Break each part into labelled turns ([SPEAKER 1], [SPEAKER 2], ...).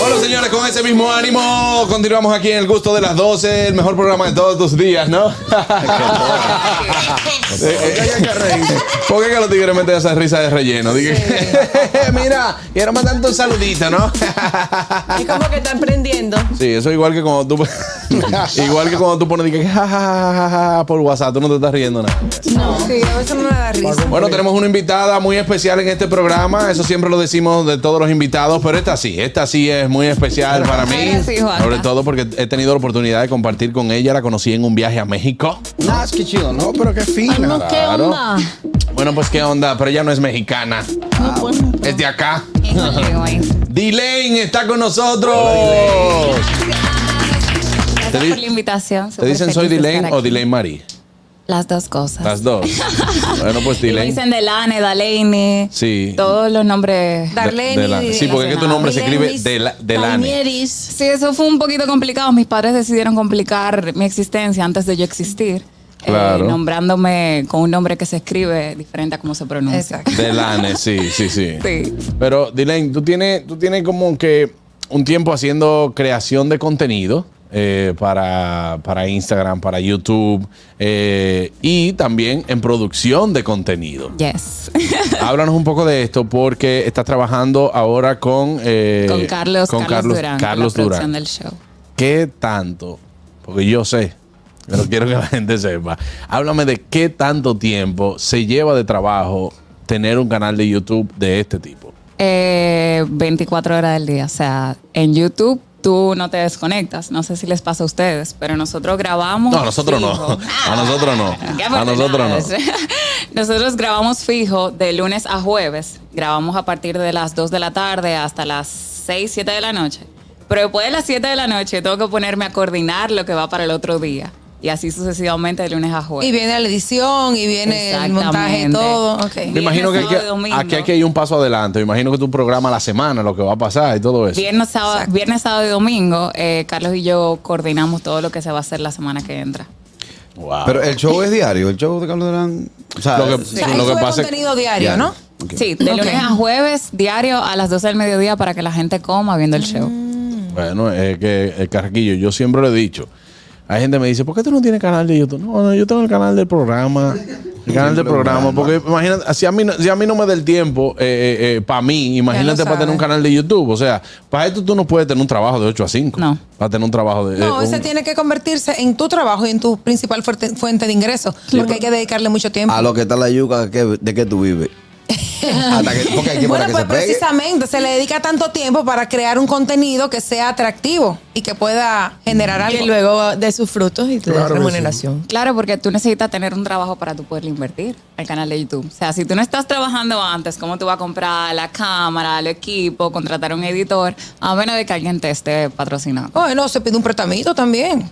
[SPEAKER 1] Bueno, señores, con ese mismo ánimo, continuamos aquí en El Gusto de las 12, el mejor programa de todos tus días, ¿no? Eh, Porque que los tigres meten esa risa de relleno. Dije, mira, quiero mandarte un saludito, ¿no?
[SPEAKER 2] Es como que están prendiendo.
[SPEAKER 1] Sí, eso igual que cuando tú igual que cuando tú pones dije, ja, ja, ja, ja, ja, ja, por WhatsApp, tú no te estás riendo nada.
[SPEAKER 2] Sí, a veces me da risa.
[SPEAKER 1] Bueno, tenemos una invitada muy especial en este programa. Eso siempre lo decimos de todos los invitados, pero esta sí, esta sí es muy especial para mí.
[SPEAKER 2] Sí, sí, Juanca.
[SPEAKER 1] Sobre todo porque he tenido la oportunidad de compartir con ella. La conocí en un viaje a México.
[SPEAKER 3] Nah, Ah, es que chido, ¿no? Pero qué fina.
[SPEAKER 4] Ah, ¿Qué
[SPEAKER 1] Claro.
[SPEAKER 4] onda?
[SPEAKER 1] Bueno, pues qué onda, pero ella no es mexicana.
[SPEAKER 4] No, pues,
[SPEAKER 1] Es de acá.
[SPEAKER 4] no llego ahí.
[SPEAKER 1] Dilain está con nosotros. Te,
[SPEAKER 4] Gracias
[SPEAKER 1] di-
[SPEAKER 4] por la invitación.
[SPEAKER 1] te
[SPEAKER 4] súper
[SPEAKER 1] dicen soy
[SPEAKER 4] feliz de
[SPEAKER 1] Dilain
[SPEAKER 4] estar
[SPEAKER 1] o
[SPEAKER 4] aquí.
[SPEAKER 1] Dilain Mari.
[SPEAKER 4] Las dos cosas.
[SPEAKER 1] Las dos. bueno, pues
[SPEAKER 4] Y me
[SPEAKER 1] Dilain.
[SPEAKER 4] dicen Delane, Dalaini.
[SPEAKER 1] Sí.
[SPEAKER 4] Todos los nombres.
[SPEAKER 2] Da- Darlene
[SPEAKER 1] Delane.
[SPEAKER 2] y-
[SPEAKER 1] Sí, porque es que tu nombre se escribe
[SPEAKER 4] Dilenis,
[SPEAKER 1] Dela- Delane.
[SPEAKER 4] Sí, eso fue un poquito complicado. Mis padres decidieron complicar mi existencia antes de yo existir. eh,
[SPEAKER 1] Claro.
[SPEAKER 4] nombrándome con un nombre que se escribe diferente a cómo se pronuncia.
[SPEAKER 2] Exacto.
[SPEAKER 1] Delane, sí, sí, sí.
[SPEAKER 4] Sí.
[SPEAKER 1] Pero Dilain, tú tienes, tú tienes como que un tiempo haciendo creación de contenido. eh, para, para Instagram, para YouTube eh, y también en producción de contenido.
[SPEAKER 4] Yes.
[SPEAKER 1] Eh, Háblanos un poco de esto porque estás trabajando ahora con... eh,
[SPEAKER 4] con Carlos,
[SPEAKER 1] con
[SPEAKER 4] Carlos, Durán.
[SPEAKER 1] Carlos
[SPEAKER 4] la producción
[SPEAKER 1] Durán.
[SPEAKER 4] del show.
[SPEAKER 1] ¿Qué tanto? Porque yo sé, pero quiero que la gente sepa. Háblame de qué tanto tiempo se lleva de trabajo tener un canal de YouTube de este tipo.
[SPEAKER 4] Eh, 24 horas del día. O sea, en YouTube tú no te desconectas. No sé si les pasa a ustedes, pero nosotros grabamos.
[SPEAKER 1] No, a nosotros no.
[SPEAKER 4] fijo. Ah,
[SPEAKER 1] A nosotros no.
[SPEAKER 4] Qué
[SPEAKER 1] A nosotros
[SPEAKER 4] afortunados.
[SPEAKER 1] no.
[SPEAKER 4] nosotros grabamos fijo de lunes a jueves. Grabamos a partir de las 2 de la tarde hasta las 6, 7 de la noche. Pero después de las 7 de la noche tengo que ponerme a coordinar lo que va para el otro día. Y así sucesivamente de lunes a jueves.
[SPEAKER 2] Y viene la edición, y viene el montaje,
[SPEAKER 4] Exactamente.
[SPEAKER 2] todo. Ok.
[SPEAKER 1] Me imagino que, aquí-
[SPEAKER 4] sábado y domingo.
[SPEAKER 1] aquí hay que ir un paso adelante. Me imagino que tú programas la semana, lo que va a pasar y todo eso.
[SPEAKER 4] Viernes, sábado, viernes, sábado y domingo, eh, Carlos y yo coordinamos todo lo que se va a hacer la semana que entra.
[SPEAKER 1] Wow.
[SPEAKER 3] Pero el show es diario, el show de Carlos Durán. O sea,
[SPEAKER 1] Lo que-
[SPEAKER 3] es- eh,
[SPEAKER 2] O sea,
[SPEAKER 1] Lo
[SPEAKER 2] ahí
[SPEAKER 1] que
[SPEAKER 2] sube
[SPEAKER 1] pasa es-
[SPEAKER 2] contenido diario, ¿no?
[SPEAKER 3] Ok.
[SPEAKER 4] Sí, de
[SPEAKER 2] Ok.
[SPEAKER 4] lunes a jueves, diario a las 12 del mediodía para que la gente coma viendo el show.
[SPEAKER 1] Bueno, es que el carraquillo, yo siempre lo he dicho. Hay gente que me dice, ¿por qué tú no tienes canal de YouTube? No, no, yo tengo el canal del programa. El canal del programa. Porque imagínate, si a mí no, si a mí no me da el tiempo, eh, para mí, imagínate para tener
[SPEAKER 2] sabes.
[SPEAKER 1] un canal de YouTube. O sea, para esto tú no puedes tener un trabajo de 8 a 5.
[SPEAKER 4] No.
[SPEAKER 1] Para tener un trabajo de.
[SPEAKER 2] No,
[SPEAKER 1] eh,
[SPEAKER 2] ese
[SPEAKER 1] un-
[SPEAKER 2] tiene que convertirse en tu trabajo y en tu principal fuerte- fuente de ingreso. Porque hay que dedicarle mucho tiempo.
[SPEAKER 3] A lo que está la yuca, ¿qué- ¿de qué tú vives? Hasta que, porque hay que
[SPEAKER 2] Bueno,
[SPEAKER 3] para que
[SPEAKER 2] pues
[SPEAKER 3] se pegue.
[SPEAKER 2] precisamente se le dedica tanto tiempo para crear un contenido que sea atractivo y que pueda generar
[SPEAKER 3] Mm.
[SPEAKER 2] algo.
[SPEAKER 5] Que luego de sus frutos y de remuneración.
[SPEAKER 4] Claro, porque tú necesitas tener un trabajo para tú poder invertir al canal de YouTube. O sea, si tú no estás trabajando antes, ¿cómo tú vas a comprar la cámara, el equipo, contratar un editor? A menos de que alguien te esté patrocinando.
[SPEAKER 2] Oh, no, se pide un prestamito también.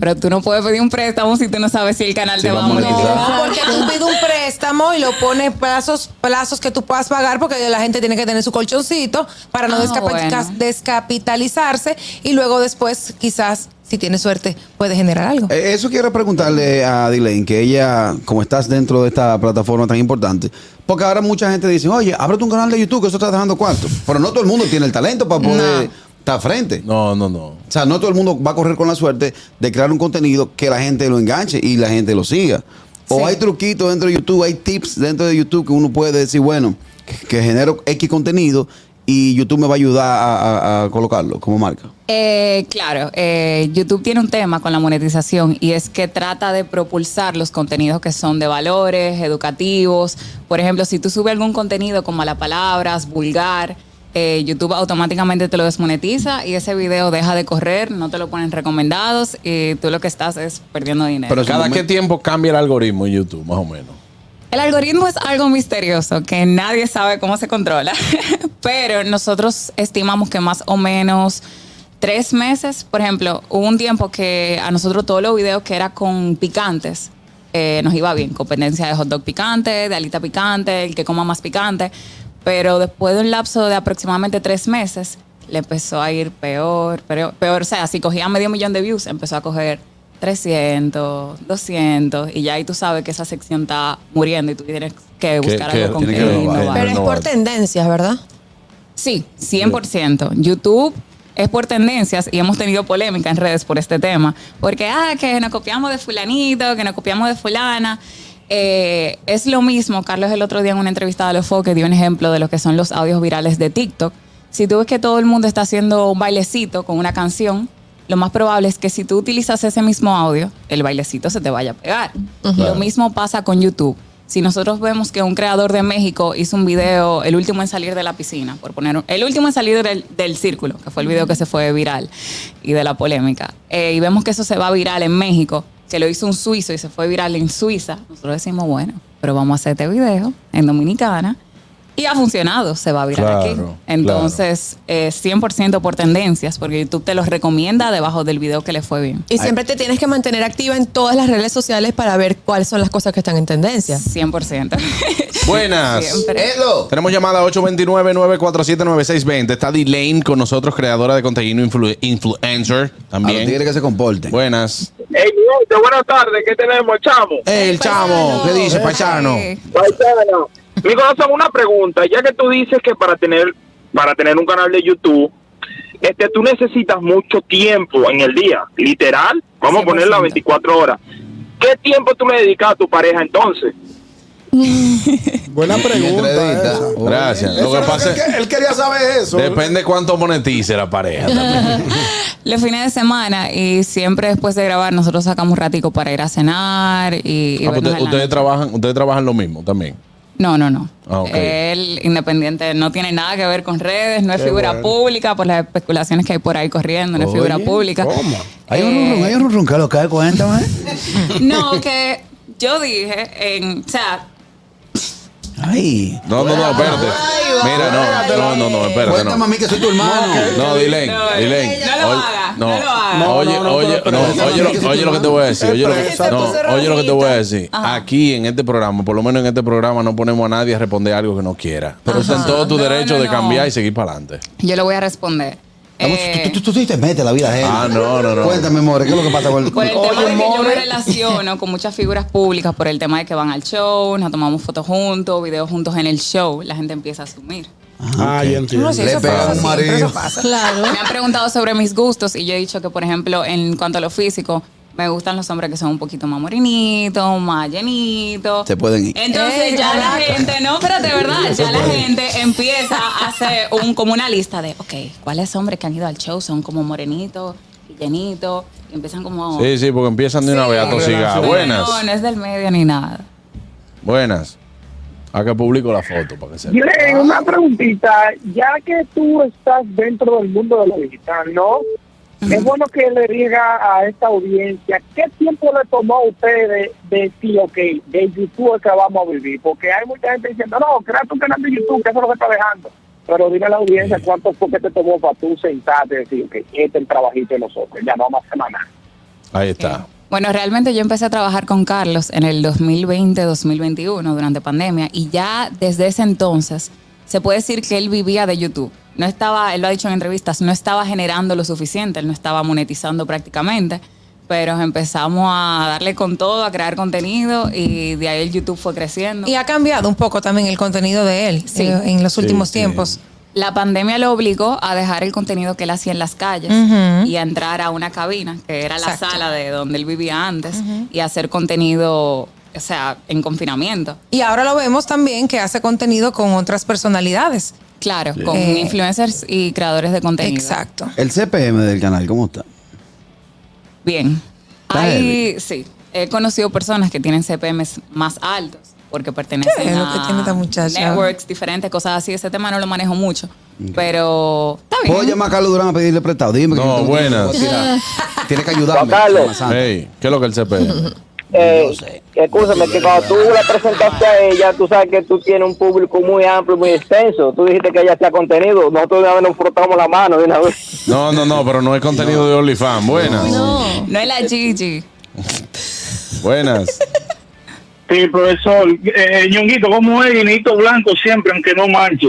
[SPEAKER 4] Pero tú no puedes pedir un préstamo si tú no sabes si el canal
[SPEAKER 3] Si
[SPEAKER 4] te
[SPEAKER 3] va
[SPEAKER 4] va
[SPEAKER 3] a
[SPEAKER 4] a monetizar.
[SPEAKER 3] monetizar.
[SPEAKER 2] No, porque tú pides un préstamo y lo pones plazos, plazos que tú puedas pagar porque la gente tiene que tener su colchoncito para no
[SPEAKER 4] Ah,
[SPEAKER 2] descapa-
[SPEAKER 4] bueno.
[SPEAKER 2] cas- descapitalizarse y luego después quizás, si tienes suerte, puede generar algo.
[SPEAKER 3] Eh, Eso quiero preguntarle a Dylan, que ella, como estás dentro de esta plataforma tan importante, porque ahora mucha gente dice, oye, ábrete un canal de YouTube, que eso está dejando cuánto. Pero no todo el mundo tiene el talento para poder estar frente.
[SPEAKER 1] No, no, no.
[SPEAKER 3] O sea, no todo el mundo va a correr con la suerte de crear un contenido que la gente lo enganche y la gente lo siga. O
[SPEAKER 2] Sí.
[SPEAKER 3] hay truquitos dentro de YouTube, hay tips dentro de YouTube que uno puede decir, bueno, que, que genero X contenido y YouTube me va a ayudar a, a- a colocarlo como marca.
[SPEAKER 4] Eh, claro, eh, YouTube tiene un tema con la monetización y es que trata de propulsar los contenidos que son de valores, educativos. Por ejemplo, si tú subes algún contenido con malapalabras, vulgar, eh, YouTube automáticamente te lo desmonetiza y ese video deja de correr, no te lo ponen recomendados y tú lo que estás es perdiendo dinero.
[SPEAKER 3] Pero- en su
[SPEAKER 1] ¿Cada qué
[SPEAKER 3] momento-
[SPEAKER 1] tiempo cambia el algoritmo en YouTube, más o menos?
[SPEAKER 4] El algoritmo es algo misterioso que nadie sabe cómo se controla, pero nosotros estimamos que más o menos tres meses, por ejemplo, hubo un tiempo que a nosotros todos los videos que era con picantes eh, nos iba bien, competencia de hot dog picante, de alita picante, el que coma más picante, pero después de un lapso de aproximadamente tres meses le empezó a ir peor, peor, peor, o sea, si cogía medio millón de views empezó a coger 300, 200, y ya ahí tú sabes que esa sección está muriendo y tú tienes que buscar
[SPEAKER 1] que
[SPEAKER 4] algo con que,
[SPEAKER 1] tiene que innovar.
[SPEAKER 4] innovar.
[SPEAKER 5] Pero es por
[SPEAKER 1] Renovar.
[SPEAKER 5] tendencias, ¿verdad?
[SPEAKER 4] Sí, 100%. YouTube es por tendencias y hemos tenido polémica en redes por este tema. Porque, ah, que nos copiamos de fulanito, que nos copiamos de fulana. Eh, es lo mismo, Carlos el otro día en una entrevista a los Focus dio un ejemplo de lo que son los audios virales de TikTok. Si tú ves que todo el mundo está haciendo un bailecito con una canción, lo más probable es que si tú utilizas ese mismo audio, el bailecito se te vaya a pegar. Lo mismo pasa con YouTube. Si nosotros vemos que un creador de México hizo un video, el último en salir de la piscina, por poner un- el último en salir del, del círculo, que fue el video que se fue viral y de la polémica, eh, y vemos que eso se va viral en México, que lo hizo un suizo y se fue viral en Suiza, nosotros decimos, bueno, pero vamos a hacer este video en Dominicana y ha funcionado, se va a viral
[SPEAKER 1] Claro,
[SPEAKER 4] aquí.
[SPEAKER 1] claro.
[SPEAKER 4] Entonces, eh, 100% por tendencias, porque YouTube te los recomienda debajo del video que le fue bien.
[SPEAKER 5] Y siempre te tienes que mantener activa en todas las redes sociales para ver cuáles son las cosas que están en tendencia.
[SPEAKER 4] 100%.
[SPEAKER 1] Buenas.
[SPEAKER 4] Siempre.
[SPEAKER 1] Tenemos llamada 829-947-9620. Está Delane con nosotros, creadora de contenido influ- influencer.
[SPEAKER 3] A los tigres
[SPEAKER 1] También.
[SPEAKER 3] que se comporten.
[SPEAKER 1] Buenas.
[SPEAKER 6] Ey, Nieto, buenas tardes, ¿qué tenemos, chamo?
[SPEAKER 1] Ey, el chamo. ¿Qué dice,
[SPEAKER 4] Eh.
[SPEAKER 1] Pachano?
[SPEAKER 6] Paisano. Mi corazón, una pregunta, ya que tú dices que para tener para tener un canal de YouTube, este tú necesitas mucho tiempo en el día, literal, vamos a ponerla
[SPEAKER 4] 100%.
[SPEAKER 6] 24 horas. ¿Qué tiempo tú le dedicas a tu pareja entonces?
[SPEAKER 7] Buena pregunta.
[SPEAKER 3] entrevista.
[SPEAKER 7] esa.
[SPEAKER 1] Gracias.
[SPEAKER 7] Eso
[SPEAKER 1] Lo que
[SPEAKER 7] era
[SPEAKER 1] pasa
[SPEAKER 7] él, él quería saber eso.
[SPEAKER 1] Depende cuánto monetice la pareja. también.
[SPEAKER 4] Los fines de semana y siempre después de grabar nosotros sacamos un ratico para ir a cenar y... y
[SPEAKER 1] Ah, pues
[SPEAKER 4] vernos en
[SPEAKER 1] usted-
[SPEAKER 4] la
[SPEAKER 1] ustedes,
[SPEAKER 4] noche.
[SPEAKER 1] trabajan, ustedes trabajan lo mismo también.
[SPEAKER 4] No, no, no.
[SPEAKER 1] Ah, ok.
[SPEAKER 4] Él, independiente, no tiene nada que ver con redes, no es
[SPEAKER 7] Qué
[SPEAKER 4] figura
[SPEAKER 7] bueno.
[SPEAKER 4] pública, por las especulaciones que hay por ahí corriendo, no es figura
[SPEAKER 3] Oye,
[SPEAKER 4] pública.
[SPEAKER 7] ¿cómo?
[SPEAKER 3] Hay un
[SPEAKER 4] Eh,
[SPEAKER 3] rum, hay un rum, que lo cae, cuéntame.
[SPEAKER 4] No, que yo dije, en, o sea,
[SPEAKER 3] Ay.
[SPEAKER 1] No, no, no, espérate. Mira, no, no, no, no, espérate.
[SPEAKER 3] Cuéntame
[SPEAKER 1] No,
[SPEAKER 3] a mí que soy tu hermano.
[SPEAKER 1] no Dilen,
[SPEAKER 4] No,
[SPEAKER 1] Dilen.
[SPEAKER 4] no lo haga, no lo haga.
[SPEAKER 1] No, oye,
[SPEAKER 7] No, no, no,
[SPEAKER 1] oye,
[SPEAKER 7] pero-
[SPEAKER 1] no,
[SPEAKER 7] pero-
[SPEAKER 1] oye, lo-
[SPEAKER 7] pero-
[SPEAKER 1] oye lo que te voy a decir. Oye lo que,
[SPEAKER 7] Se
[SPEAKER 1] no,
[SPEAKER 5] puso
[SPEAKER 1] oye lo que te voy a
[SPEAKER 5] rojita.
[SPEAKER 1] decir.
[SPEAKER 4] Ajá.
[SPEAKER 1] Aquí en este programa, por lo menos en este programa, no ponemos a nadie a responder algo que no quiera. Pero está en todo tu
[SPEAKER 4] No,
[SPEAKER 1] derecho
[SPEAKER 4] no,
[SPEAKER 1] de
[SPEAKER 4] no.
[SPEAKER 1] cambiar y seguir para adelante.
[SPEAKER 4] yo le voy a respender.
[SPEAKER 3] Vamos,
[SPEAKER 4] Eh,
[SPEAKER 3] tú- tú, tú, tú sí te metes la vida, de él.
[SPEAKER 1] Ah, no, no, no.
[SPEAKER 3] Cuéntame, more, ¿qué es lo que pasa con el.
[SPEAKER 4] Por el tema de que yo me
[SPEAKER 7] more.
[SPEAKER 4] relaciono con muchas figuras públicas, por el tema de que van al show, nos tomamos fotos juntos, videos juntos en el show, la gente empieza a asumir.
[SPEAKER 7] Ah, ya entiendo.
[SPEAKER 2] No, sí,
[SPEAKER 3] Le
[SPEAKER 2] eso
[SPEAKER 3] pega
[SPEAKER 2] pasa
[SPEAKER 3] a un
[SPEAKER 2] siempre,
[SPEAKER 3] marido.
[SPEAKER 2] eso pasa.
[SPEAKER 5] Claro.
[SPEAKER 4] Me han preguntado sobre mis gustos y yo he dicho que, por ejemplo, en cuanto a lo físico, me gustan los hombres que son un poquito más morenitos, más llenitos.
[SPEAKER 3] Se pueden ir.
[SPEAKER 4] Entonces
[SPEAKER 5] Eh,
[SPEAKER 4] ya la
[SPEAKER 5] caraca.
[SPEAKER 4] gente, no, pero de verdad, ya la gente empieza a hacer un, como una lista de, ok, ¿cuáles hombres que han ido al show son como morenitos y llenitos? Y empiezan como...
[SPEAKER 1] Sí, sí, porque empiezan de una
[SPEAKER 4] Sí.
[SPEAKER 1] vez a tosigar.
[SPEAKER 4] No,
[SPEAKER 1] Buenas,
[SPEAKER 4] No, no es del medio ni nada.
[SPEAKER 1] buenas. Acá publico la foto para que se
[SPEAKER 6] Miren, una preguntita, ya que tú estás dentro del mundo de lo digital, ¿no? Es bueno que le diga a esta audiencia qué tiempo le tomó a ustedes de decir, ok, de YouTube es que vamos a vivir, porque hay mucha gente diciendo, no, crea tu canal de YouTube, que eso es lo que está dejando. Pero dile a la audiencia cuánto fue que te tomó para tú sentarte y decir, ok, este es el trabajito de nosotros, ya no vamos a semana.
[SPEAKER 1] Ahí está.
[SPEAKER 4] Eh, Bueno, realmente yo empecé a trabajar con Carlos en el 2020-2021 durante pandemia y ya desde ese entonces se puede decir que él vivía de YouTube. No estaba, él lo ha dicho en entrevistas, no estaba generando lo suficiente, él no estaba monetizando prácticamente, pero empezamos a darle con todo, a crear contenido y de ahí el YouTube fue creciendo.
[SPEAKER 2] Y ha cambiado un poco también el contenido de él
[SPEAKER 4] Sí.
[SPEAKER 2] eh, en los últimos
[SPEAKER 1] sí.
[SPEAKER 2] tiempos.
[SPEAKER 4] La pandemia lo obligó a dejar el contenido que él hacía en las calles
[SPEAKER 2] Ujú.
[SPEAKER 4] y a entrar a una cabina, que era
[SPEAKER 2] Exacto.
[SPEAKER 4] la sala de donde él vivía antes, y hacer contenido, o sea, en confinamiento.
[SPEAKER 2] Y ahora lo vemos también que hace contenido con otras personalidades.
[SPEAKER 4] Claro, con
[SPEAKER 2] Eh,
[SPEAKER 4] influencers y creadores de contenido.
[SPEAKER 2] Exacto.
[SPEAKER 3] El CPM del canal, ¿cómo está?
[SPEAKER 4] Bien.
[SPEAKER 3] Está
[SPEAKER 4] Ahí, sí, he conocido personas que tienen CPMs más altos porque pertenecen
[SPEAKER 2] ¿Qué es lo
[SPEAKER 4] a
[SPEAKER 2] que tiene esta muchacha?
[SPEAKER 4] networks diferentes, cosas así. Ese tema no lo manejo mucho, pero está bien.
[SPEAKER 3] ¿Puedo llamar a Carlos Durán a pedirle prestado? Dime que
[SPEAKER 1] No,
[SPEAKER 3] yo tengo-
[SPEAKER 1] buenas.
[SPEAKER 3] voy a tirar. Tienes que ayudarme.
[SPEAKER 6] Juan Carlos.
[SPEAKER 3] Semana Santa.
[SPEAKER 1] Ey, ¿qué es lo que el CPM?
[SPEAKER 6] Eh, escúchame, que cuando tú la presentaste a ella, tú sabes que tú tienes un público muy amplio, muy extenso. Tú dijiste que ella hacía contenido. Nosotros de una vez nos frotamos la mano de una vez.
[SPEAKER 1] No, no, no, pero no es contenido de OnlyFans. Buenas,
[SPEAKER 4] No es la Gigi.
[SPEAKER 1] buenas.
[SPEAKER 6] Sí, profesor. Eh, Ñonguito, ¿cómo es? Guineito blanco siempre, aunque no manche.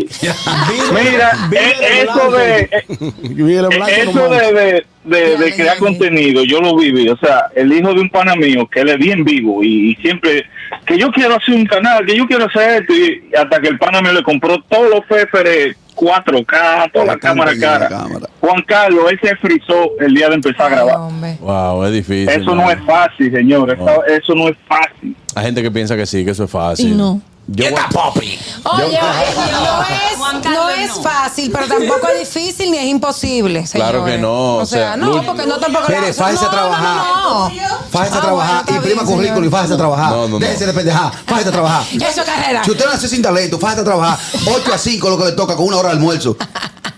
[SPEAKER 6] Mira, eh, eso de... eh, Eh, Eso de, de, de- de crear contenido, yo lo viví. O sea, el hijo de un pana mío, que él es bien vivo y, y siempre, que yo quiero hacer un canal, que yo quiero hacer esto, y hasta que el pana mío le compró todos los feferes 4K, toda la, cámara
[SPEAKER 3] cámara, la
[SPEAKER 6] cara.
[SPEAKER 3] cámara.
[SPEAKER 6] Juan Carlos, él se frizó el día de empezar a grabar.
[SPEAKER 2] hombre.
[SPEAKER 1] Wow, es difícil.
[SPEAKER 6] eso no
[SPEAKER 1] mano.
[SPEAKER 6] es fácil, señor. Eso,
[SPEAKER 1] No.
[SPEAKER 6] eso no es fácil.
[SPEAKER 1] Hay gente que piensa que sí, que eso es fácil.
[SPEAKER 5] No.
[SPEAKER 3] Yo voy-
[SPEAKER 2] Oye, oye, no
[SPEAKER 4] Juan
[SPEAKER 2] es,
[SPEAKER 4] Carlos,
[SPEAKER 2] no es
[SPEAKER 4] no.
[SPEAKER 2] fácil, pero tampoco es difícil ni es imposible.
[SPEAKER 1] Claro
[SPEAKER 2] señores.
[SPEAKER 1] que no, o
[SPEAKER 2] O sea,
[SPEAKER 1] sea,
[SPEAKER 2] no,
[SPEAKER 1] Lul-
[SPEAKER 2] porque no tampoco.
[SPEAKER 3] Pérez, fájese a trabajar.
[SPEAKER 2] No, no, no.
[SPEAKER 3] Fájese
[SPEAKER 2] Ah,
[SPEAKER 3] a trabajar,
[SPEAKER 2] bueno, está
[SPEAKER 3] imprima
[SPEAKER 2] bien,
[SPEAKER 3] currículum y
[SPEAKER 2] señor.
[SPEAKER 3] fájese a trabajar.
[SPEAKER 1] No, no, no.
[SPEAKER 3] Déjese de pendejar, fájese a trabajar.
[SPEAKER 2] Eso es carrera.
[SPEAKER 3] Si usted nace sin talento, fájate a trabajar 8 a 5 lo que le toca con una hora de almuerzo.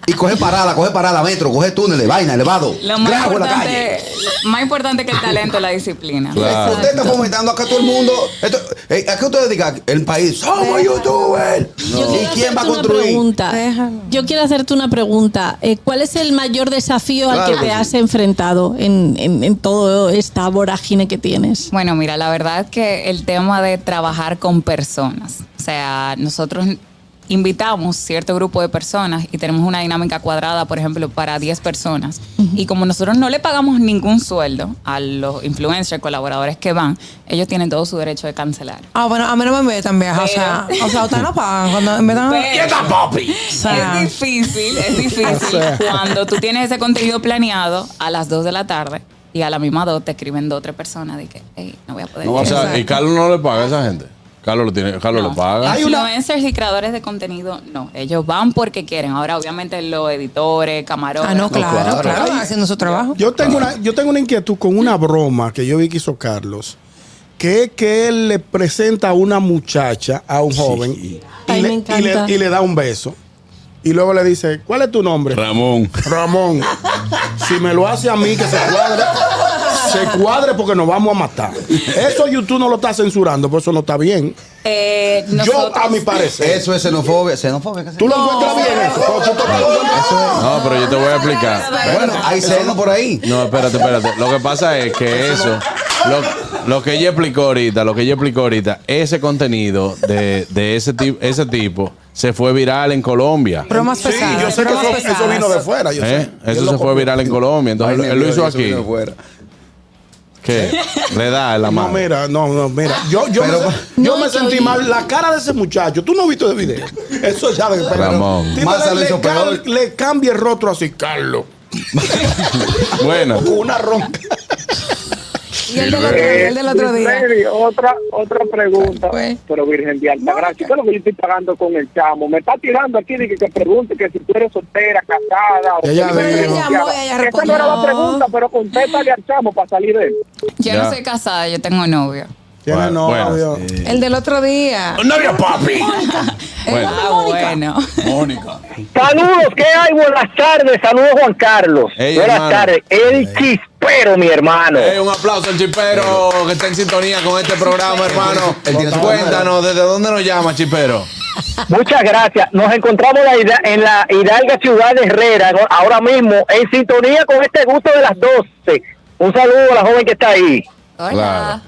[SPEAKER 3] Y coge parada, coge parada, metro, coge túneles, vaina, elevado.
[SPEAKER 4] Lo más
[SPEAKER 3] Grajo en la calle.
[SPEAKER 4] importante, lo más importante que el talento es la disciplina.
[SPEAKER 1] Claro.
[SPEAKER 3] Usted está fomentando acá todo el mundo. Esto- eh, ¿A qué usted dedica el país? Somos youtubers.
[SPEAKER 8] Yo
[SPEAKER 3] ¿Y
[SPEAKER 8] quiero
[SPEAKER 3] quién
[SPEAKER 8] hacerte
[SPEAKER 3] va a
[SPEAKER 8] una
[SPEAKER 3] construir?
[SPEAKER 8] pregunta.
[SPEAKER 2] Déjalo.
[SPEAKER 8] Yo quiero hacerte una pregunta. Eh, ¿Cuál es el mayor desafío
[SPEAKER 3] Claro
[SPEAKER 8] al que te
[SPEAKER 3] que sí.
[SPEAKER 8] has enfrentado en, en- en todo esta vorágine que tienes?
[SPEAKER 4] Bueno, mira, la verdad es que el tema de trabajar con personas, o sea, nosotros invitamos cierto grupo de personas y tenemos una dinámica cuadrada, por ejemplo, para 10 personas. Y como nosotros no le pagamos ningún sueldo a los influencers, colaboradores que van, ellos tienen todo su derecho de cancelar.
[SPEAKER 2] Ah, bueno, a mí no me invitan, vieja. O sea, o sea, ustedes no pagan. Cuando invitan
[SPEAKER 4] Pero-
[SPEAKER 2] o sea,
[SPEAKER 4] Es difícil, es difícil cuando tú tienes ese contenido planeado a las 2 de la tarde y a la misma 2 te escriben dos o tres personas de que, hey, no voy a poder.
[SPEAKER 1] No, o
[SPEAKER 4] ir".
[SPEAKER 1] sea, y Carlos no le paga a esa gente. Carlos lo tiene, Carlos
[SPEAKER 4] No.
[SPEAKER 1] lo paga.
[SPEAKER 3] Hay una-
[SPEAKER 4] Influencers y creadores de contenido, no. Ellos van porque quieren. Ahora, obviamente, los editores, camarógrafos.
[SPEAKER 2] ah, no, claro,
[SPEAKER 3] claro.
[SPEAKER 2] claro, van haciendo su trabajo.
[SPEAKER 7] Yo tengo, una, yo tengo una inquietud con una broma que yo vi que hizo Carlos, que es que él le presenta a una muchacha, a un joven, y,
[SPEAKER 8] Ay, me
[SPEAKER 7] le, y le-
[SPEAKER 8] encanta.
[SPEAKER 7] y le da un beso. Y luego le dice, ¿cuál es tu nombre?
[SPEAKER 1] Ramón.
[SPEAKER 7] Ramón. Si me lo hace a mí, que se cuadre, se cuadre porque nos vamos a matar. Eso YouTube no lo está censurando, por eso no está bien.
[SPEAKER 4] Eh,
[SPEAKER 7] Yo, a mi
[SPEAKER 4] nosotros-
[SPEAKER 7] parecer,
[SPEAKER 3] Eso es xenofobia. ¿Xenofobia? ¿qué se-
[SPEAKER 7] tú lo encuentras bien. eso? ¿O tú te lo encuentras-
[SPEAKER 1] No, pero yo te voy a
[SPEAKER 8] Ah.
[SPEAKER 1] explicar.
[SPEAKER 3] Bueno, hay seno por ahí.
[SPEAKER 1] No, espérate, espérate. Lo que pasa es que
[SPEAKER 5] Pues
[SPEAKER 1] eso, lo, lo que ella explicó ahorita, lo que ella explicó ahorita, ese contenido de, de ese, ti- ese tipo se fue viral en Colombia.
[SPEAKER 2] Bromas
[SPEAKER 7] Sí,
[SPEAKER 2] pesadas.
[SPEAKER 7] yo sé que
[SPEAKER 2] bromas
[SPEAKER 7] eso, eso
[SPEAKER 2] pesadas.
[SPEAKER 7] vino de fuera. Yo
[SPEAKER 1] ¿Eh?
[SPEAKER 7] sé. Yo
[SPEAKER 1] Eso
[SPEAKER 7] lo
[SPEAKER 1] se fue
[SPEAKER 7] copié.
[SPEAKER 1] viral en Colombia. Entonces
[SPEAKER 3] Ay,
[SPEAKER 1] él lo
[SPEAKER 3] Dios,
[SPEAKER 1] hizo
[SPEAKER 3] eso
[SPEAKER 1] aquí.
[SPEAKER 3] vino fuera.
[SPEAKER 1] ¿Qué? Le da en la
[SPEAKER 7] No,
[SPEAKER 1] mano.
[SPEAKER 7] mira, no, no, mira. Yo, yo
[SPEAKER 3] Pero-
[SPEAKER 7] me, se- yo
[SPEAKER 8] No,
[SPEAKER 7] me
[SPEAKER 8] yo
[SPEAKER 7] sentí
[SPEAKER 8] vi.
[SPEAKER 7] mal. La cara de ese muchacho, tú no has visto el video. Eso ya de
[SPEAKER 1] Ramón.
[SPEAKER 7] Tipo,
[SPEAKER 3] Massa lo
[SPEAKER 7] le,
[SPEAKER 3] hizo
[SPEAKER 7] le cam-
[SPEAKER 3] peor.
[SPEAKER 7] le cambia el rostro así, Carlos.
[SPEAKER 1] Bueno.
[SPEAKER 7] Con una ronca.
[SPEAKER 2] Y el del otro, y el del otro día.
[SPEAKER 6] Freddy, Eh, otra, otra pregunta.
[SPEAKER 2] Pues.
[SPEAKER 6] Pero Virgen de Alta Gracia, ¿qué es lo que yo estoy pagando con el chamo? Me está tirando aquí de que, que pregunte que si tú eres soltera, casada o
[SPEAKER 7] Ella
[SPEAKER 6] soltera,
[SPEAKER 7] dijo.
[SPEAKER 6] divorciada.
[SPEAKER 2] Ella llamó y ella
[SPEAKER 6] Esa no era la
[SPEAKER 2] respondió.
[SPEAKER 6] pregunta, pero contéstale al chamo para salir de él.
[SPEAKER 4] Yo
[SPEAKER 1] Ya.
[SPEAKER 4] no soy casada, yo tengo novio.
[SPEAKER 7] Tiene
[SPEAKER 1] Bueno,
[SPEAKER 7] novio. Eh,
[SPEAKER 1] bueno,
[SPEAKER 2] El del otro día.
[SPEAKER 1] ¡Novio, papi! Bueno.
[SPEAKER 4] Ah, bueno.
[SPEAKER 1] Mónica.
[SPEAKER 6] Saludos, ¿qué hay? Buenas tardes. Saludos, Juan Carlos.
[SPEAKER 1] Ey,
[SPEAKER 6] Buenas
[SPEAKER 1] hermano.
[SPEAKER 6] tardes. El chispero, mi hermano.
[SPEAKER 1] Ey, Eh, un aplauso al chipero que está en sintonía con este programa, hermano.
[SPEAKER 3] Él tiene su
[SPEAKER 1] Cuéntanos, ¿desde dónde nos llama, chipero?
[SPEAKER 6] Muchas gracias. Nos encontramos en la hida- en la hidalga ciudad de Herrera, ¿no? ahora mismo, en sintonía con este gusto de las 12. Un saludo a la joven que está ahí.
[SPEAKER 4] Hola.
[SPEAKER 1] Claro.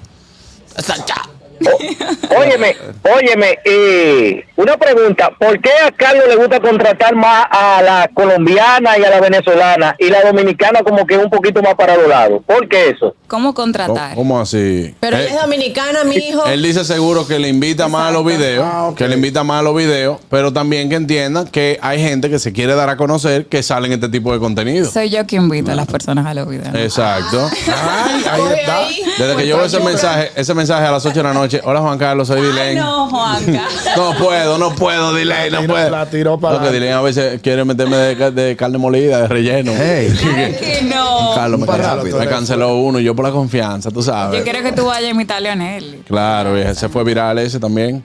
[SPEAKER 6] O- óyeme, óyeme, eh, una pregunta. ¿Por qué a Carlos le gusta contratar más a la colombiana y a la venezolana y la dominicana como que un poquito más para los lados? ¿Por qué eso?
[SPEAKER 4] ¿Cómo contratar?
[SPEAKER 1] ¿Cómo así?
[SPEAKER 5] Pero
[SPEAKER 1] Eh,
[SPEAKER 5] él es dominicana, mi hijo.
[SPEAKER 1] Él dice seguro que le invita más a los videos,
[SPEAKER 7] Ah, ok.
[SPEAKER 1] que le invita más a los videos, pero también que entiendan que hay gente que se quiere dar a conocer que salen este tipo de contenido.
[SPEAKER 4] Soy yo quien invito a las personas a los videos.
[SPEAKER 1] Exacto.
[SPEAKER 7] Ay, Ah, ahí está.
[SPEAKER 1] Desde que yo veo ese mensaje, ese mensaje a las 8 de la noche, hola Juan Carlos, soy Dilen. No.
[SPEAKER 4] No, Juanca.
[SPEAKER 1] puedo, no puedo, Dilen, no
[SPEAKER 7] La tiró-
[SPEAKER 1] puedo.
[SPEAKER 7] la tiró para
[SPEAKER 1] No, que
[SPEAKER 7] adelante.
[SPEAKER 1] Dilen a veces quiere meterme de, ca- de carne molida, de relleno.
[SPEAKER 4] Claro que no.
[SPEAKER 1] Carlos me,
[SPEAKER 7] Para
[SPEAKER 1] canceló-
[SPEAKER 7] rápido.
[SPEAKER 1] me canceló uno y yo por la confianza, tú sabes.
[SPEAKER 4] Yo quiero que tú vayas a imitar a Leonel.
[SPEAKER 1] Claro, vieja, se fue viral ese también.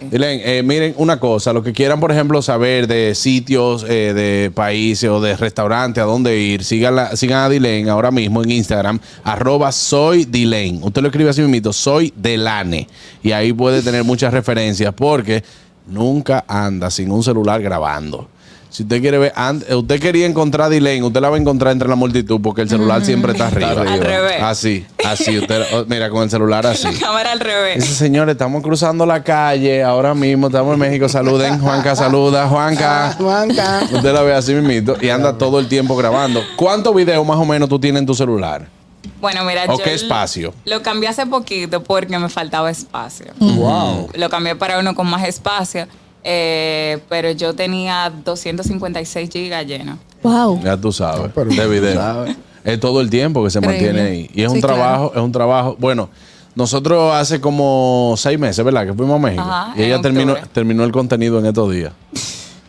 [SPEAKER 1] Dilen, eh, miren una cosa, lo que quieran, por ejemplo, saber de sitios, eh, de países o de restaurantes, a dónde ir, sigan, sigan a Dilen ahora mismo en Instagram, arroba soy Dilen. Usted lo escribe así mismo, soy Delane. Y ahí puede tener muchas referencias porque nunca anda sin un celular grabando. Si usted quiere ver, and- eh, usted quería encontrar a Dylan, usted la va a encontrar entre la multitud porque el celular siempre está arriba.
[SPEAKER 4] Al revés.
[SPEAKER 1] Así, así. Usted, oh, mira, con el celular así.
[SPEAKER 4] La cámara al revés.
[SPEAKER 1] Dice, señores, estamos cruzando la calle ahora mismo, estamos en México, saluden, Juanca, saluda, Juanca.
[SPEAKER 7] Juanca.
[SPEAKER 1] Usted la ve así mismito y anda todo el tiempo grabando. ¿Cuántos videos más o menos tú tienes en tu celular?
[SPEAKER 4] Bueno, mira,
[SPEAKER 1] ¿O
[SPEAKER 4] yo
[SPEAKER 1] qué
[SPEAKER 4] l-
[SPEAKER 1] espacio?
[SPEAKER 4] Lo cambié hace poquito porque me faltaba espacio.
[SPEAKER 1] Wow.
[SPEAKER 4] Lo cambié para uno con más espacio, eh, pero yo tenía 256 gigas lleno.
[SPEAKER 8] Wow.
[SPEAKER 1] Ya tú sabes, de video. Es todo el tiempo que se
[SPEAKER 2] Increíble.
[SPEAKER 1] mantiene ahí. Y es un
[SPEAKER 2] Sí, claro.
[SPEAKER 1] trabajo, es un trabajo. Bueno, nosotros hace como seis meses, ¿verdad? Que fuimos a México.
[SPEAKER 4] Ajá,
[SPEAKER 1] y ella
[SPEAKER 4] en
[SPEAKER 1] terminó,
[SPEAKER 4] octubre.
[SPEAKER 1] terminó el contenido en estos días.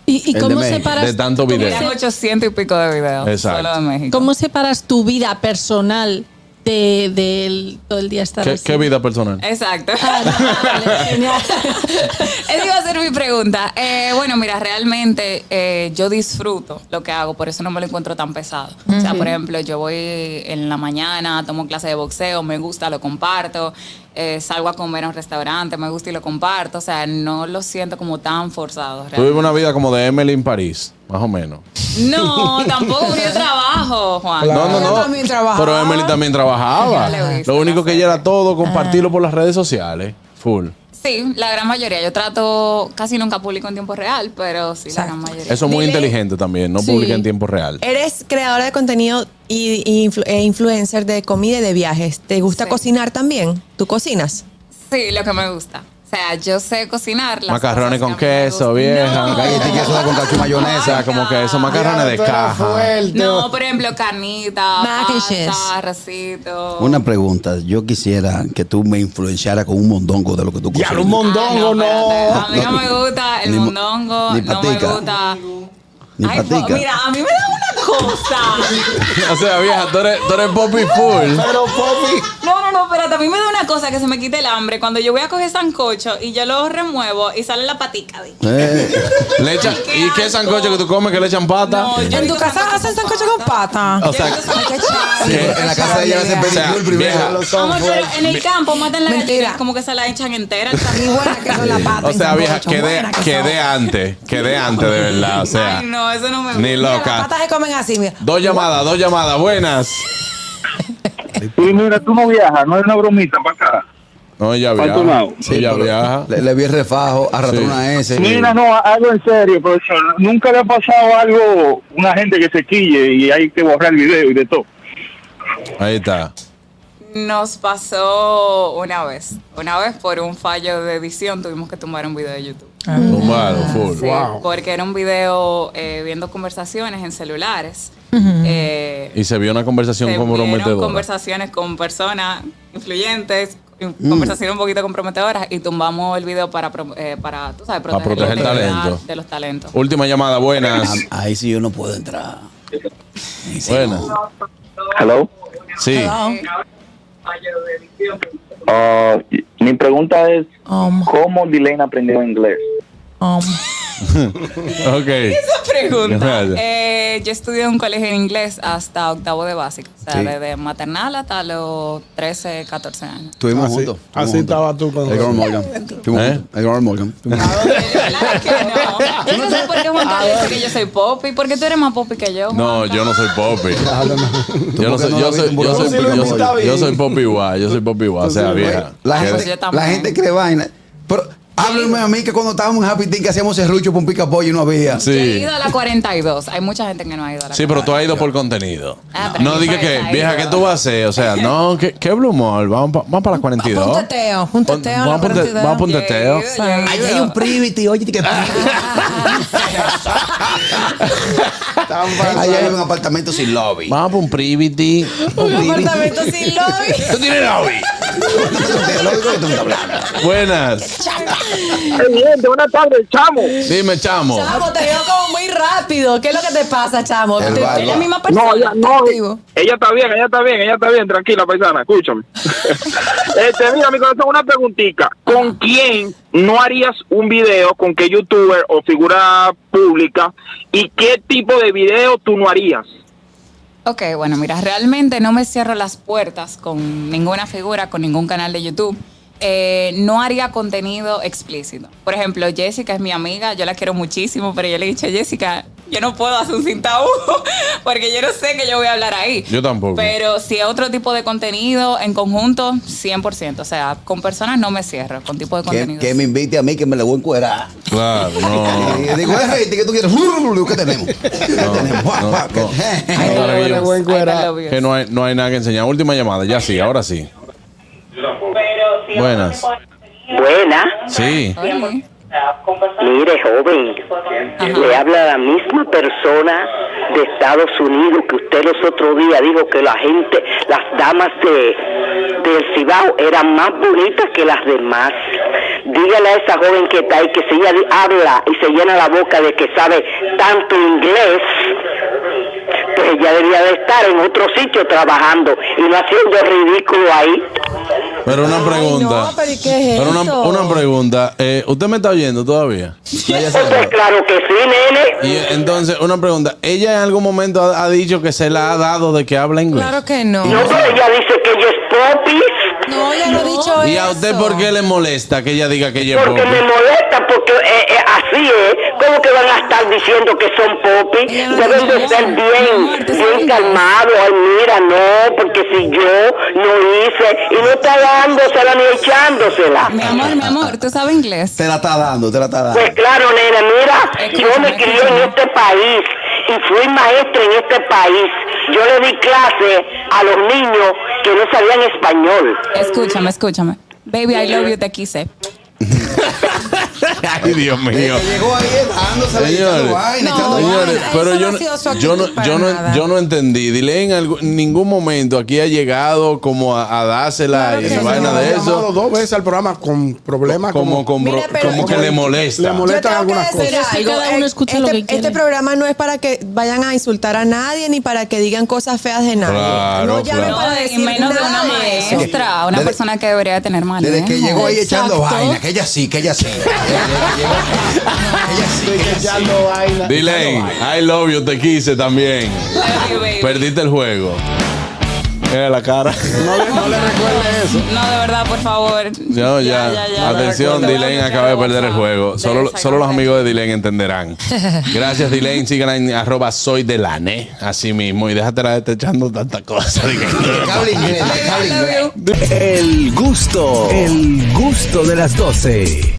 [SPEAKER 8] ¿Y, y
[SPEAKER 3] de
[SPEAKER 8] cómo
[SPEAKER 3] México,
[SPEAKER 8] separas,
[SPEAKER 1] de tanto
[SPEAKER 8] cómo
[SPEAKER 1] video.
[SPEAKER 4] Eran 800 y pico de videos.
[SPEAKER 1] Exacto.
[SPEAKER 4] Solo de México.
[SPEAKER 8] ¿Cómo separas tu vida personal de, del- todo el día estar
[SPEAKER 1] ¿Qué,
[SPEAKER 8] así?
[SPEAKER 1] qué vida personal?
[SPEAKER 4] Exacto.
[SPEAKER 8] Ah, Vale, genial.
[SPEAKER 4] Esa iba a ser mi pregunta. Eh, bueno, mira, realmente eh, yo disfruto lo que hago, por eso no me lo encuentro tan pesado. O sea, por ejemplo, yo voy en la mañana, tomo clase de boxeo, me gusta, lo comparto, eh, salgo a comer a un restaurante, me gusta y lo comparto. O sea, no lo siento como tan forzado.
[SPEAKER 1] Tuve
[SPEAKER 4] realmente.
[SPEAKER 1] una vida como de Emily en París, más o menos.
[SPEAKER 4] No, tampoco porque yo trabajo, Juan.
[SPEAKER 1] No, no,
[SPEAKER 2] Ella
[SPEAKER 1] no.
[SPEAKER 2] también trabajaba.
[SPEAKER 1] Pero Emily también
[SPEAKER 4] Ya
[SPEAKER 1] trabajaba.
[SPEAKER 4] le oíste,
[SPEAKER 1] Lo único que
[SPEAKER 4] no
[SPEAKER 1] ella
[SPEAKER 4] sé.
[SPEAKER 1] era todo compartirlo por las redes sociales. Full.
[SPEAKER 4] Sí, la gran mayoría. Yo trato, casi nunca publico en tiempo real, pero sí, la gran mayoría.
[SPEAKER 1] Eso es muy
[SPEAKER 5] Dile-
[SPEAKER 1] inteligente también. No
[SPEAKER 8] Sí.
[SPEAKER 1] publica en tiempo real.
[SPEAKER 2] Eh.
[SPEAKER 5] Eres creadora de contenido y, y influ- e influencer de comida y de viajes. ¿Te gusta
[SPEAKER 4] Sí.
[SPEAKER 5] cocinar también? ¿Tú cocinas?
[SPEAKER 4] Sí, lo que me gusta. O sea, yo sé cocinar. las
[SPEAKER 1] Macarrones
[SPEAKER 4] cosas
[SPEAKER 1] con
[SPEAKER 4] que a mí me
[SPEAKER 1] queso,
[SPEAKER 4] gustan.
[SPEAKER 1] vieja.
[SPEAKER 4] No.
[SPEAKER 3] Galletas y queso con cacho y mayonesa,
[SPEAKER 1] O sea, como que esos macarrones de caja.
[SPEAKER 4] No, por ejemplo, carnita,
[SPEAKER 5] Mac and
[SPEAKER 4] pasta,
[SPEAKER 5] cheese.
[SPEAKER 4] recito.
[SPEAKER 3] Una pregunta. Yo quisiera que tú me influenciaras con un mondongo de lo que tú
[SPEAKER 7] Diablo,
[SPEAKER 3] cocinas.
[SPEAKER 7] un
[SPEAKER 4] Ah,
[SPEAKER 7] mondongo,
[SPEAKER 4] espérate.
[SPEAKER 7] no.
[SPEAKER 4] A mí no me gusta el
[SPEAKER 3] Ni mo-
[SPEAKER 4] mondongo,
[SPEAKER 3] ni
[SPEAKER 4] no me
[SPEAKER 3] patica.
[SPEAKER 4] gusta.
[SPEAKER 3] Ni
[SPEAKER 4] Ay,
[SPEAKER 3] patica.
[SPEAKER 4] po- mira, a mí me da una cosa.
[SPEAKER 1] O sea, vieja, tú eres, tú eres Poppy Full.
[SPEAKER 7] Pero, papi.
[SPEAKER 4] No, no, no, espérate, a mí me da una cosa que se me quite el hambre cuando yo voy a coger sancocho y yo lo remuevo y sale la patica. de-
[SPEAKER 3] Eh,
[SPEAKER 1] Le echan,
[SPEAKER 4] Ay, qué
[SPEAKER 1] ¿Y qué
[SPEAKER 4] asco.
[SPEAKER 1] sancocho que tú comes que le echan pata?
[SPEAKER 4] No, yo
[SPEAKER 2] En tu
[SPEAKER 4] digo
[SPEAKER 2] casa
[SPEAKER 4] sancocho
[SPEAKER 2] hacen
[SPEAKER 4] con
[SPEAKER 2] sancocho con pata.
[SPEAKER 1] o sea,
[SPEAKER 2] Qué chévere.
[SPEAKER 3] sí, en la casa de ella se
[SPEAKER 1] O sea,
[SPEAKER 3] pedicure primero.
[SPEAKER 1] vieja.
[SPEAKER 4] Vamos, pero en el campo matan la
[SPEAKER 2] Mentira.
[SPEAKER 4] gallina y como que se la echan entera.
[SPEAKER 2] Y buena que son la pata.
[SPEAKER 1] o
[SPEAKER 2] en
[SPEAKER 1] sea, vieja,
[SPEAKER 2] sancocho,
[SPEAKER 1] quedé,
[SPEAKER 2] buena que son.
[SPEAKER 1] quedé antes. Quedé antes, de verdad. O sea,
[SPEAKER 4] Ay, no, eso no me gusta.
[SPEAKER 1] ni
[SPEAKER 2] Mira,
[SPEAKER 1] loca.
[SPEAKER 2] Las patas se comen así, mira.
[SPEAKER 1] Dos llamadas, dos llamadas. Buenas.
[SPEAKER 6] Y mira, tú no viajas, no es una bromita para acá.
[SPEAKER 1] No, ella
[SPEAKER 6] Para tu
[SPEAKER 1] viaja.
[SPEAKER 6] lado.
[SPEAKER 1] Sí, ella viaja.
[SPEAKER 3] le, le vi el refajo, arrastró
[SPEAKER 1] Sí.
[SPEAKER 3] una S.
[SPEAKER 6] Mira, no, algo en serio, profesor. Nunca le ha pasado algo, una gente que se quille y hay que borrar el video y de todo.
[SPEAKER 1] Ahí está.
[SPEAKER 4] Nos pasó una vez. Una vez por un fallo de edición tuvimos que tumbar un video de YouTube.
[SPEAKER 2] Ah.
[SPEAKER 1] Tumbado, full.
[SPEAKER 4] Sí, Porque era un video eh, viendo conversaciones en celulares. Eh,
[SPEAKER 1] Y se vio una conversación
[SPEAKER 4] se vieron
[SPEAKER 1] comprometedora.
[SPEAKER 4] conversaciones con personas influyentes,
[SPEAKER 1] Mm.
[SPEAKER 4] conversaciones un poquito comprometedoras y tumbamos el video para, pro- eh, para, tú sabes,
[SPEAKER 1] Para proteger
[SPEAKER 4] la
[SPEAKER 1] el
[SPEAKER 4] integridad
[SPEAKER 1] talento.
[SPEAKER 4] de los talentos.
[SPEAKER 1] Última llamada, buenas.
[SPEAKER 3] Ah, Ahí sí yo no puedo entrar.
[SPEAKER 1] buenas.
[SPEAKER 6] Hello.
[SPEAKER 1] Sí.
[SPEAKER 6] Ah, mi pregunta es,
[SPEAKER 5] Um,
[SPEAKER 6] ¿cómo Dylan aprendió inglés?
[SPEAKER 5] um.
[SPEAKER 1] Ok.
[SPEAKER 4] pregunta.
[SPEAKER 1] Gracias.
[SPEAKER 4] Eh, yo estudié en un colegio en inglés hasta octavo de básica, o sea,
[SPEAKER 3] Sí.
[SPEAKER 4] desde maternal hasta los 13, 14 años.
[SPEAKER 1] Ah,
[SPEAKER 3] Estuvimos
[SPEAKER 7] Así-
[SPEAKER 3] juntos. estuvimos
[SPEAKER 7] así
[SPEAKER 3] juntos.
[SPEAKER 7] estaba tú con-
[SPEAKER 3] El Grand Morgan. Estuvimos
[SPEAKER 1] ¿Eh? Ah,
[SPEAKER 3] juntos, El Grand Morgan. Estuvimos juntos.
[SPEAKER 4] Claro que no. Yo no sé por qué Juan Carlos dice que yo soy popi, porque tú eres más popi que yo.
[SPEAKER 1] No, yo no soy Poppy. Yo no
[SPEAKER 3] porque
[SPEAKER 1] soy,
[SPEAKER 3] no
[SPEAKER 1] yo
[SPEAKER 3] la viste
[SPEAKER 1] soy,
[SPEAKER 3] en
[SPEAKER 1] yo
[SPEAKER 3] Burger
[SPEAKER 1] soy,
[SPEAKER 3] King.
[SPEAKER 1] yo
[SPEAKER 7] Sí,
[SPEAKER 1] soy-
[SPEAKER 7] está bien.
[SPEAKER 1] yo soy Poppy Guay, yo soy Poppy Guay, o sea, vieja.
[SPEAKER 3] La
[SPEAKER 4] Pues
[SPEAKER 3] gente,
[SPEAKER 4] yo
[SPEAKER 3] la
[SPEAKER 4] también.
[SPEAKER 3] gente cree vaina. Pero háblenme a mí que cuando estábamos en Happy Tea que hacíamos serrucho con pica pollo y no había.
[SPEAKER 4] Yo he
[SPEAKER 1] Sí.
[SPEAKER 4] ido a la 42. Hay mucha gente que no ha ido a la
[SPEAKER 1] Sí, pero tú has ido por contenido.
[SPEAKER 4] Ah, pero
[SPEAKER 1] No
[SPEAKER 4] yo
[SPEAKER 1] digas
[SPEAKER 4] soy
[SPEAKER 1] que,
[SPEAKER 4] ahí,
[SPEAKER 1] vieja, ¿qué
[SPEAKER 4] ¿verdad?
[SPEAKER 1] tú vas a hacer? O sea, no, ¿qué, qué Blue Mall? Vamos, pa- vamos para las 42.
[SPEAKER 2] Un teteo, un
[SPEAKER 1] Pon-
[SPEAKER 2] teteo,
[SPEAKER 1] Vamos
[SPEAKER 2] la
[SPEAKER 1] a un
[SPEAKER 2] 42.
[SPEAKER 1] vamos a un
[SPEAKER 4] Yo he
[SPEAKER 1] teteo.
[SPEAKER 4] ido, yo he ido.
[SPEAKER 3] Allí hay un privity, oye, que Allá hay un apartamento sin lobby.
[SPEAKER 1] Vamos para un privity.
[SPEAKER 2] Un apartamento sin lobby.
[SPEAKER 1] ¿Tú tienes lobby? Buenas.
[SPEAKER 6] buenas tardes, chamo.
[SPEAKER 1] Dime, chamo.
[SPEAKER 5] Chamo, te veo como muy rápido. ¿Qué es lo que te pasa, chamo?
[SPEAKER 3] El
[SPEAKER 5] Tú- tú
[SPEAKER 3] bar,
[SPEAKER 5] eres la
[SPEAKER 3] bar.
[SPEAKER 5] misma persona.
[SPEAKER 6] No, ella, no,
[SPEAKER 5] activo.
[SPEAKER 6] ella está bien, ella está bien, ella está bien, tranquila, paisana, escúchame. este, mira, mi corazón, una preguntita. ¿Con quién no harías un video con qué youtuber o figura pública y qué tipo de video tú no harías?
[SPEAKER 4] Ok, bueno, mira, realmente no me cierro las puertas con ninguna figura, con ningún canal de YouTube. eh, no haría contenido explícito. Por ejemplo, Jessica es mi amiga, yo la quiero muchísimo, pero yo le he dicho, Jessica, yo no puedo hacer un cintaú porque yo no sé que yo voy a hablar ahí.
[SPEAKER 1] Yo tampoco.
[SPEAKER 4] Pero si es otro tipo de contenido en conjunto, 100%. O sea, con personas no me cierro, con tipo de
[SPEAKER 3] Que,
[SPEAKER 4] contenido.
[SPEAKER 3] que me invite a mí que me la voy a encuerar.
[SPEAKER 1] Claro, no.
[SPEAKER 3] Y digo, "Eh, Reiti, ¿qué tú quieres? Digo, ¿Qué tenemos? ¿Qué tenemos? Guau,
[SPEAKER 1] no,
[SPEAKER 3] guau,
[SPEAKER 1] no.
[SPEAKER 3] qué-
[SPEAKER 4] Ay,
[SPEAKER 1] Ahora
[SPEAKER 4] I
[SPEAKER 1] que yo-
[SPEAKER 4] love you. I love you.
[SPEAKER 1] Que no hay, no hay nada que enseñar. Última llamada, ya sí, ahora sí. Buenas.
[SPEAKER 9] Buena.
[SPEAKER 1] Sí.
[SPEAKER 4] Ay.
[SPEAKER 9] Mire, joven, le habla la misma persona de Estados Unidos que usted los otros días dijo que la gente, las damas de del Cibao eran más bonitas que las demás. Dígale a esa joven que está ahí que si ella di- habla y se llena la boca de que sabe tanto inglés, pues ella debería de estar en otro sitio trabajando y no haciendo ridículo ahí.
[SPEAKER 1] Pero una pregunta.
[SPEAKER 8] no, pero ¿y qué es
[SPEAKER 1] Pero una,
[SPEAKER 8] esto?
[SPEAKER 1] una pregunta. Eh, ¿Usted me está oyendo todavía? No, ya se
[SPEAKER 9] Pues
[SPEAKER 1] va.
[SPEAKER 9] claro que sí, nene.
[SPEAKER 1] Y eh, entonces, una pregunta. ¿Ella en algún momento ha, ha dicho que se la ha dado de que habla inglés?
[SPEAKER 2] Claro que no.
[SPEAKER 9] No, pero ella dice que ella es popis.
[SPEAKER 2] No, ya lo he dicho
[SPEAKER 1] ¿Y a usted
[SPEAKER 2] eso.
[SPEAKER 1] por qué le molesta que ella diga que ella es
[SPEAKER 9] Porque me
[SPEAKER 1] pobre?
[SPEAKER 9] molesta, porque eh, eh, así es. ¿Cómo que van a estar diciendo que son popis?
[SPEAKER 2] Ella no
[SPEAKER 9] Deben
[SPEAKER 2] dijo
[SPEAKER 9] de ser
[SPEAKER 2] eso. Mi amor,
[SPEAKER 9] bien,
[SPEAKER 2] ¿tú
[SPEAKER 9] bien
[SPEAKER 2] sabes?
[SPEAKER 9] calmados. Ay, mira, no, porque si yo no hice, y no está dándosela ni echándosela.
[SPEAKER 4] Mi amor, mi amor, ¿tú sabes inglés?
[SPEAKER 3] Te la está dando, te la está dando.
[SPEAKER 9] Pues claro, nena, mira, yo
[SPEAKER 4] Escúchame,
[SPEAKER 9] me crié en
[SPEAKER 4] escúchame.
[SPEAKER 9] este país y fui maestra en este país. Yo le di clase a los niños que no sabían español.
[SPEAKER 4] Escúchame, escúchame. Baby, I love you, te quise.
[SPEAKER 1] Ay, Dios mío.
[SPEAKER 3] Que llegó ahí dándose la
[SPEAKER 1] Señores,
[SPEAKER 3] echando vaina,
[SPEAKER 2] No,
[SPEAKER 3] echando vaina.
[SPEAKER 1] señores,
[SPEAKER 2] vaina.
[SPEAKER 1] pero
[SPEAKER 2] Eso
[SPEAKER 1] yo
[SPEAKER 2] no
[SPEAKER 1] no,
[SPEAKER 2] ha sido su
[SPEAKER 1] yo, no,
[SPEAKER 2] actitud para
[SPEAKER 1] yo, no,
[SPEAKER 2] nada.
[SPEAKER 1] yo no entendí. Dile en algún- ningún momento aquí ha llegado como a, a dársela y
[SPEAKER 2] que no.
[SPEAKER 1] vaina de
[SPEAKER 7] Ha llamado
[SPEAKER 1] eso.
[SPEAKER 7] dos veces al programa con problemas
[SPEAKER 1] Como,
[SPEAKER 7] con-
[SPEAKER 1] como,
[SPEAKER 2] Mira, pero-
[SPEAKER 1] como que le molesta.
[SPEAKER 7] Le molesta.
[SPEAKER 2] Yo
[SPEAKER 7] molestan
[SPEAKER 2] tengo que
[SPEAKER 7] algunas
[SPEAKER 2] decir
[SPEAKER 8] cosas.
[SPEAKER 2] algo.
[SPEAKER 8] Cada uno escucha lo
[SPEAKER 5] este,
[SPEAKER 8] que quiere.
[SPEAKER 5] este programa no es para que vayan a insultar a nadie ni para que digan cosas feas de nadie.
[SPEAKER 1] Claro,
[SPEAKER 5] no llamen
[SPEAKER 1] claro.
[SPEAKER 5] para
[SPEAKER 4] No, y
[SPEAKER 5] decir
[SPEAKER 4] menos de
[SPEAKER 5] nada
[SPEAKER 4] una
[SPEAKER 5] de eso.
[SPEAKER 4] maestra, una
[SPEAKER 3] Desde-
[SPEAKER 4] persona que debería tener ¿eh? manejo.
[SPEAKER 3] Desde que llegó ahí echando
[SPEAKER 8] Exacto.
[SPEAKER 3] vaina, que ella sí, que ella sí. Ella sí, que ella sí.
[SPEAKER 7] Echando vaina.
[SPEAKER 1] Dile, I love you, te quise también.
[SPEAKER 4] Love you, baby.
[SPEAKER 1] Perdiste el juego. Mira la cara.
[SPEAKER 7] No le, no le recuerde eso.
[SPEAKER 4] No, de verdad, por favor.
[SPEAKER 1] No, ya. Atención, Dilen acaba de perder el juego. Solo, solo los amigos de Dilen entenderán. Gracias, Dilen. Síganla en arroba soy Delane. Así mismo. Y déjate la de estar echando tanta cosa.
[SPEAKER 3] Que hable inglés, que hable inglés.
[SPEAKER 10] El gusto, el gusto de las 12.